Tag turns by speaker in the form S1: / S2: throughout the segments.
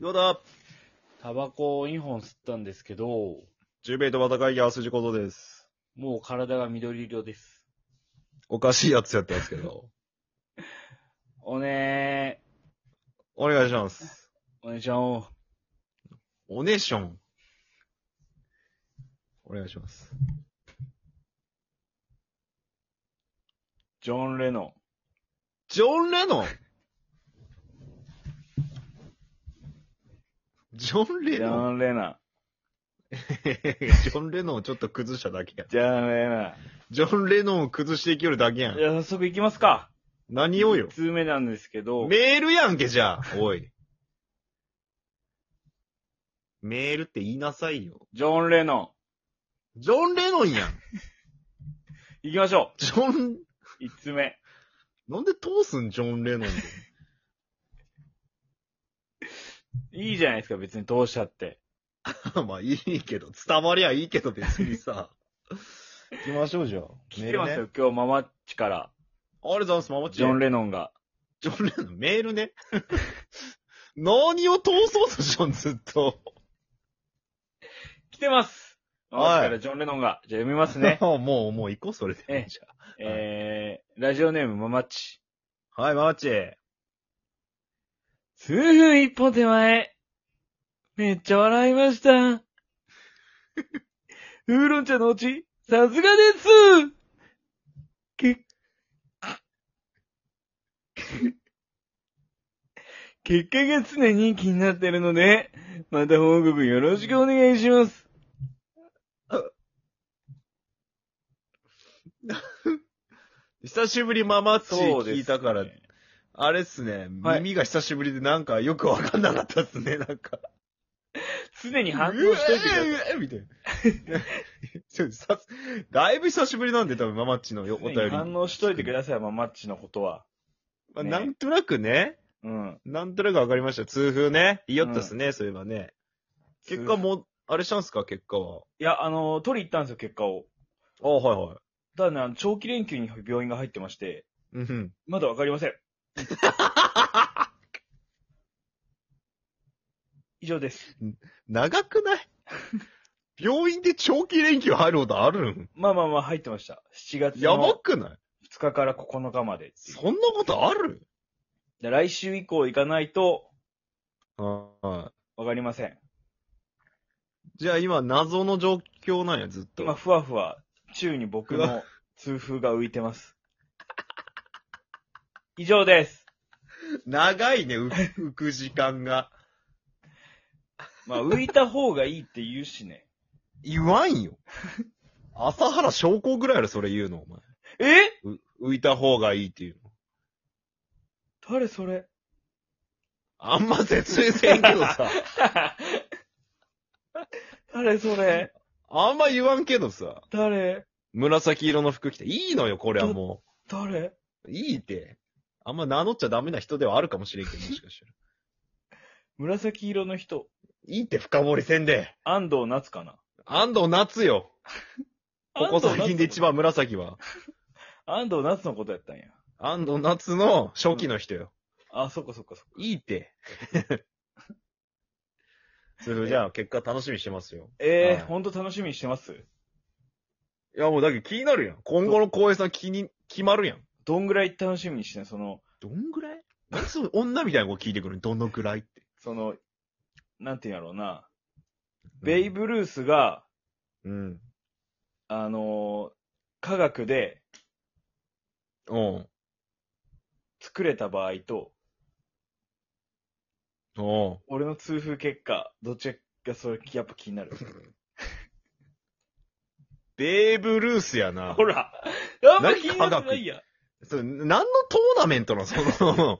S1: よだ
S2: タバコを2本吸ったんですけど、
S1: ジュベイト戦いやすじことです。
S2: もう体が緑色です。
S1: おかしいやつやってますけど。
S2: おね
S1: お願いします。
S2: ー、おねちゃんを。
S1: おねしょん。お願いします。
S2: ジョン・レノン。
S1: ジョン・レノンジョン・
S2: ジ
S1: レノン
S2: ョン・レナン。
S1: ジョン・レノンをちょっと崩しただけや。
S2: ジョン・レナ
S1: ジョン・レノンを崩していきよるだけや
S2: ン。
S1: ん
S2: じ。ゃあ早速行きますか。
S1: 何をよ
S2: 1。通目なんですけど、
S1: メールやんけ、じゃあ。おい。メールって言いなさいよ。
S2: ジョン・レノ
S1: ジョン・レノンやん。
S2: ン。行きましょ
S1: ジョン、
S2: う。1通目。
S1: なんで通すん、ジョン・レノンで。
S2: いいじゃないですか、別に通しちゃって。
S1: まあいいけど、伝わりゃいいけど別にさ。行きましょうじゃあ。
S2: 来てます
S1: ね。
S2: よ、今日ママッチか
S1: あ
S2: ら。
S1: りがとうございます、ママチ
S2: ジョン・レノンが。
S1: ジョン・レノン、メールね。 何を通そうとしたん、ずっと。
S2: 来てますママッチか
S1: は
S2: らジョン・レノンが。じゃあ読みますね。
S1: もう、もう行こう、それで。
S2: ええ
S1: じゃ
S2: えー、ラジオネームママッチ。
S1: あはい、ママチ。
S2: 数分一歩手前。めっちゃ笑いま した。ウーロン茶のうち、さすがです け、結果が常に気になってるので、また報告よろしくお願いします。
S1: 久しぶりママチ聞いたから、
S2: ね
S1: あれっすね、
S2: はい
S1: 耳が久しぶりでなんかよくわかんなかったっすね、なんか。
S2: 常に反応しといてください。
S1: うえーうえーみたいなそうさ。だいぶ久しぶりなんで、多分ママチのよお便
S2: 常に
S1: り。
S2: 反応しといてください、ママッチのことは。
S1: まあ
S2: ね
S1: なんとなくね、
S2: うん。
S1: なんとなくわかりました。痛風ね。言いよったっすね、そういえばね。結果もう、あれしたんすか、結果は。
S2: いや、あの、取り行ったんですよ、結果を。
S1: ああ、はいはい。
S2: ただね、あの長期連休に病院が入ってまして、
S1: うんふん。
S2: まだわかりませ ん。以上です。
S1: 長くない病院で長期連休入ることあるん
S2: まあまあまあ入ってました。7月
S1: やば
S2: の
S1: くない
S2: 2日から9日までっていう
S1: そんなことある
S2: で来週以降行かないと
S1: は
S2: わかりません。
S1: い。じゃあ今、謎の状況なんや、ずっと。
S2: 今、ふわふわ、宙に僕
S1: ふ
S2: の痛風が浮いてます。以上です。
S1: 長いね、う浮く時間が。
S2: まあ浮いた方がいいって言うしね。
S1: 言わんよ。朝原昇降ぐらいやろ、それ言うの、お前。
S2: え
S1: う浮いた方がいいっていうの。
S2: 誰それ
S1: あんま説明せんけどさ。
S2: 誰それ
S1: あんま言わんけどさ。
S2: 誰
S1: 紫色の服着て。いいのよ、これはも
S2: 誰
S1: う。いいって。あんま名乗っちゃダメな人ではあるかもしれんけど、もしかしたら。
S2: 紫色の人。
S1: いいって深掘りせんで。
S2: 安藤夏かな
S1: 安藤夏よ。ここ最近で一。番紫は。
S2: 安藤夏のことやったんや。
S1: 安藤夏の初期の人よ。
S2: あ、そっかそっかそっか。
S1: いいって。 それじゃあ、結果楽しみにしてますよ。
S2: ええ
S1: はい
S2: ほんと楽しみにしてます。
S1: いや、もうだけど気になるやん。今後の公演さん気に、決まるやん。
S2: どんぐらい楽しみにしてんその、
S1: どんぐらい何その女みたいな子聞いてくるのどのくらいって。
S2: その、なんていうんやろうな。ベイ。ブルースが、
S1: うん。
S2: あのー科学で
S1: おう
S2: 作れた場合と、
S1: おう
S2: 俺の痛風結果、どっちがそれ、やっぱ気 になる。
S1: ベーブ・ルースやな。
S2: ほらやっぱ気になってないや。
S1: それ何のトーナメントなのその、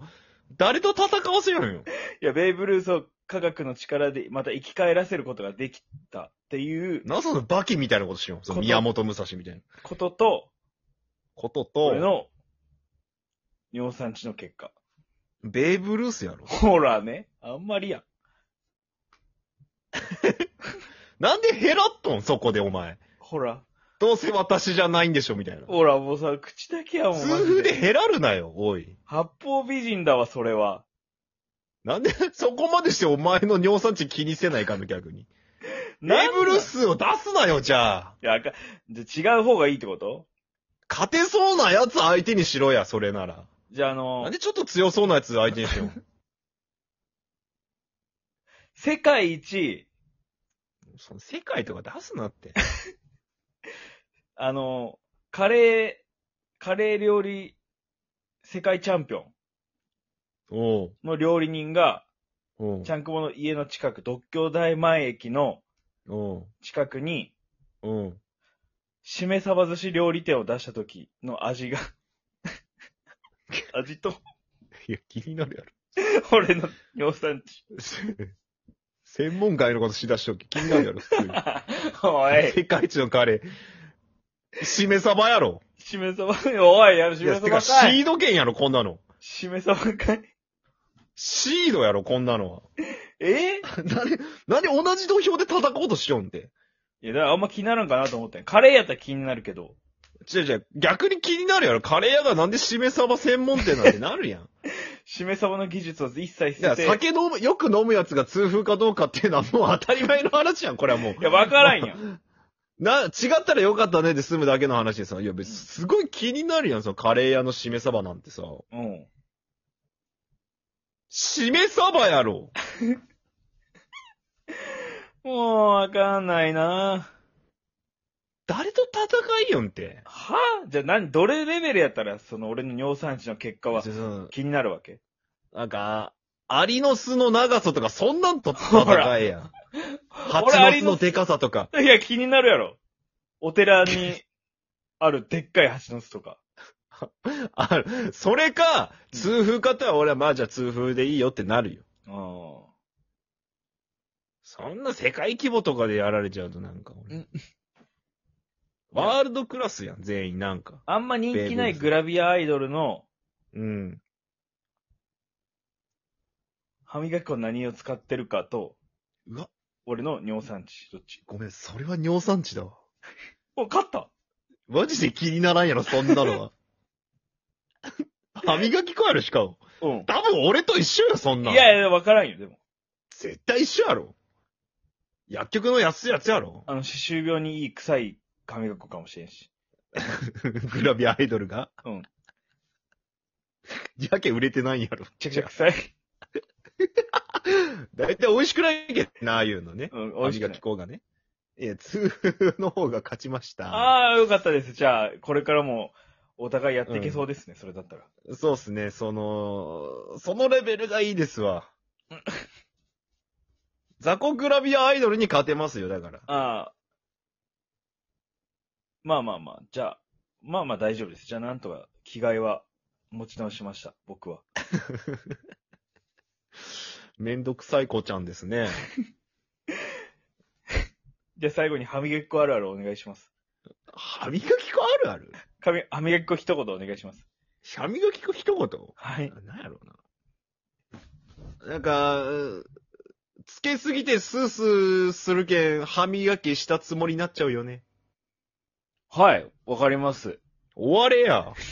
S1: 誰と戦わせよんよ。
S2: いや、ベイブルースを科学の力でまた生き返らせることができたっていう
S1: な、そのバキみたいなことしよう。その宮本武蔵みたいな
S2: ことと、
S1: こと
S2: 俺
S1: と、
S2: の尿酸値の結果。
S1: ベーブ・ルースやろ。
S2: ほらね、あんまりやん。
S1: なんで減らっとんそこでお前。
S2: ほら、
S1: どうせ私じゃないんでしょみたいな。
S2: ほらもうさ、口だけやもん。
S1: 痛
S2: マジ
S1: 風で。減らるなよ、おい。
S2: 八方美人だわ、それは。
S1: なんで、 そこまでしてお前の尿酸値気にせないかんの逆に。レ
S2: なんだ
S1: ーブル数を出すなよ、じゃあ。
S2: いや、あかじゃあ違う方がいいってこと
S1: 勝てそうなやつ相手にしろや、それなら。
S2: じゃあ、あの
S1: なんでちょっと強そうなやつ相手にしよう。
S2: 世界一、
S1: その世界とか出すなって。
S2: あのカレー、カレー料理世界チャンピオ
S1: おう。
S2: ンの料理人が、
S1: おう
S2: ち。ゃんくぼの家の近く、独協大前駅の
S1: おう。
S2: 近くに、
S1: おう。
S2: しめ鯖寿司料理店を出した時の 味が、味と、
S1: いや、気になるやろ。
S2: 俺の尿酸 値。
S1: 専門外のことしだしとき気になるやろ、普通 に
S2: おい、
S1: 世界一のカレー。しめ鯖やろ。
S2: しめ鯖、おい、やるし
S1: い
S2: め
S1: や、てか
S2: 鯖
S1: シ
S2: かい。
S1: ード権やろ、こんなの。
S2: しめ鯖かい。
S1: シードやろ、こんなのは。
S2: え
S1: 何、何同じ土俵で叩こうとしようんって。
S2: いや、だからあんま気にならんかなと思ってん。カレーやったら気になるけど。
S1: 違う違う、逆に気になるやろ。カレー屋がなんでしめ鯖専門店なんてなるや ん。
S2: しめ鯖の技術を一切
S1: いや、
S2: 捨てて。
S1: 酒飲む、よく飲むやつが痛風かどうかっていうのはもう当たり前の話やん、これはもう
S2: い。や、わからんやん。
S1: な、違ったらよかったねで済むだけの話でさ、いや別にすごい気になるやん、そのカレー屋のしめ鯖なんてさ。
S2: うん。
S1: しめ鯖やろ
S2: もう、わかんないな
S1: 誰と戦いよんって。
S2: はぁじゃあ何、どれレベルやったら、その俺の尿酸値の結果は
S1: じゃあその
S2: 気になるわけ
S1: なんか、アリの巣の長さとかそんなんと戦えやん。
S2: 俺
S1: 蜂
S2: ア
S1: の
S2: リ
S1: 巣
S2: の
S1: のデカさとか。
S2: いや、気になるやろ。お寺 にあるでっかい蜂の巣とか。
S1: ある。それか、
S2: うん
S1: 痛風かとは俺はまあじゃあ痛風でいいよってなるよ。
S2: うん。
S1: そんな世界規模とかでやられちゃうとなんか
S2: う
S1: 俺
S2: ん。
S1: ワールドクラスやん、全員なんか。
S2: あんま人気ないグラビアアイドルの
S1: うん。
S2: 歯磨き粉何を使ってるかと、
S1: うわ、
S2: 俺の尿酸値、どっち
S1: ごめん、それは尿酸値だわ。
S2: お、勝った
S1: マジで気にならんやろ、そんなの は。歯磨き粉やろ、しかも。
S2: うん。
S1: 多分俺と一緒よ、そんなん。
S2: いやいや、わからんよ、でも。
S1: 絶対一緒やろ。薬局の安いやつや ろ。
S2: あの、歯周病にいい臭い歯磨き粉かもしれんし。
S1: グラビアアイドルが。
S2: うん。
S1: やけ売れてないんやろ。
S2: めちゃくちゃ臭い。
S1: だいたい美味しくないけどな、ああいうのね。
S2: うん、美
S1: 歯
S2: 味しく
S1: 磨
S2: な
S1: き
S2: い。
S1: 粉がね。いや、痛風の方が勝ちました。
S2: ああ、よかったです。じゃあ、これからも、お互いやっていけそうですね、それだったら。
S1: そうっすね、その、そのレベルがいいです わ
S2: うん。
S1: 雑魚グラビアアイドルに勝てますよ、だから。
S2: ああ。まあまあまあ、じゃあ、まあまあ大丈夫です。じゃあ、なんとか、着替えは、持ち直しました、僕は。
S1: めんどくさい子ちゃんですね。
S2: じゃあ、最後に歯磨き粉あるあるお願いします。
S1: 歯磨き粉あるある
S2: 髪歯磨き粉一言お願いします。
S1: 歯磨き粉一言
S2: はい。
S1: なんやろうな。なんか、うつけすぎてスースーするけん、歯磨きしたつもりになっちゃうよね。
S2: はい、わかります。
S1: 終われや。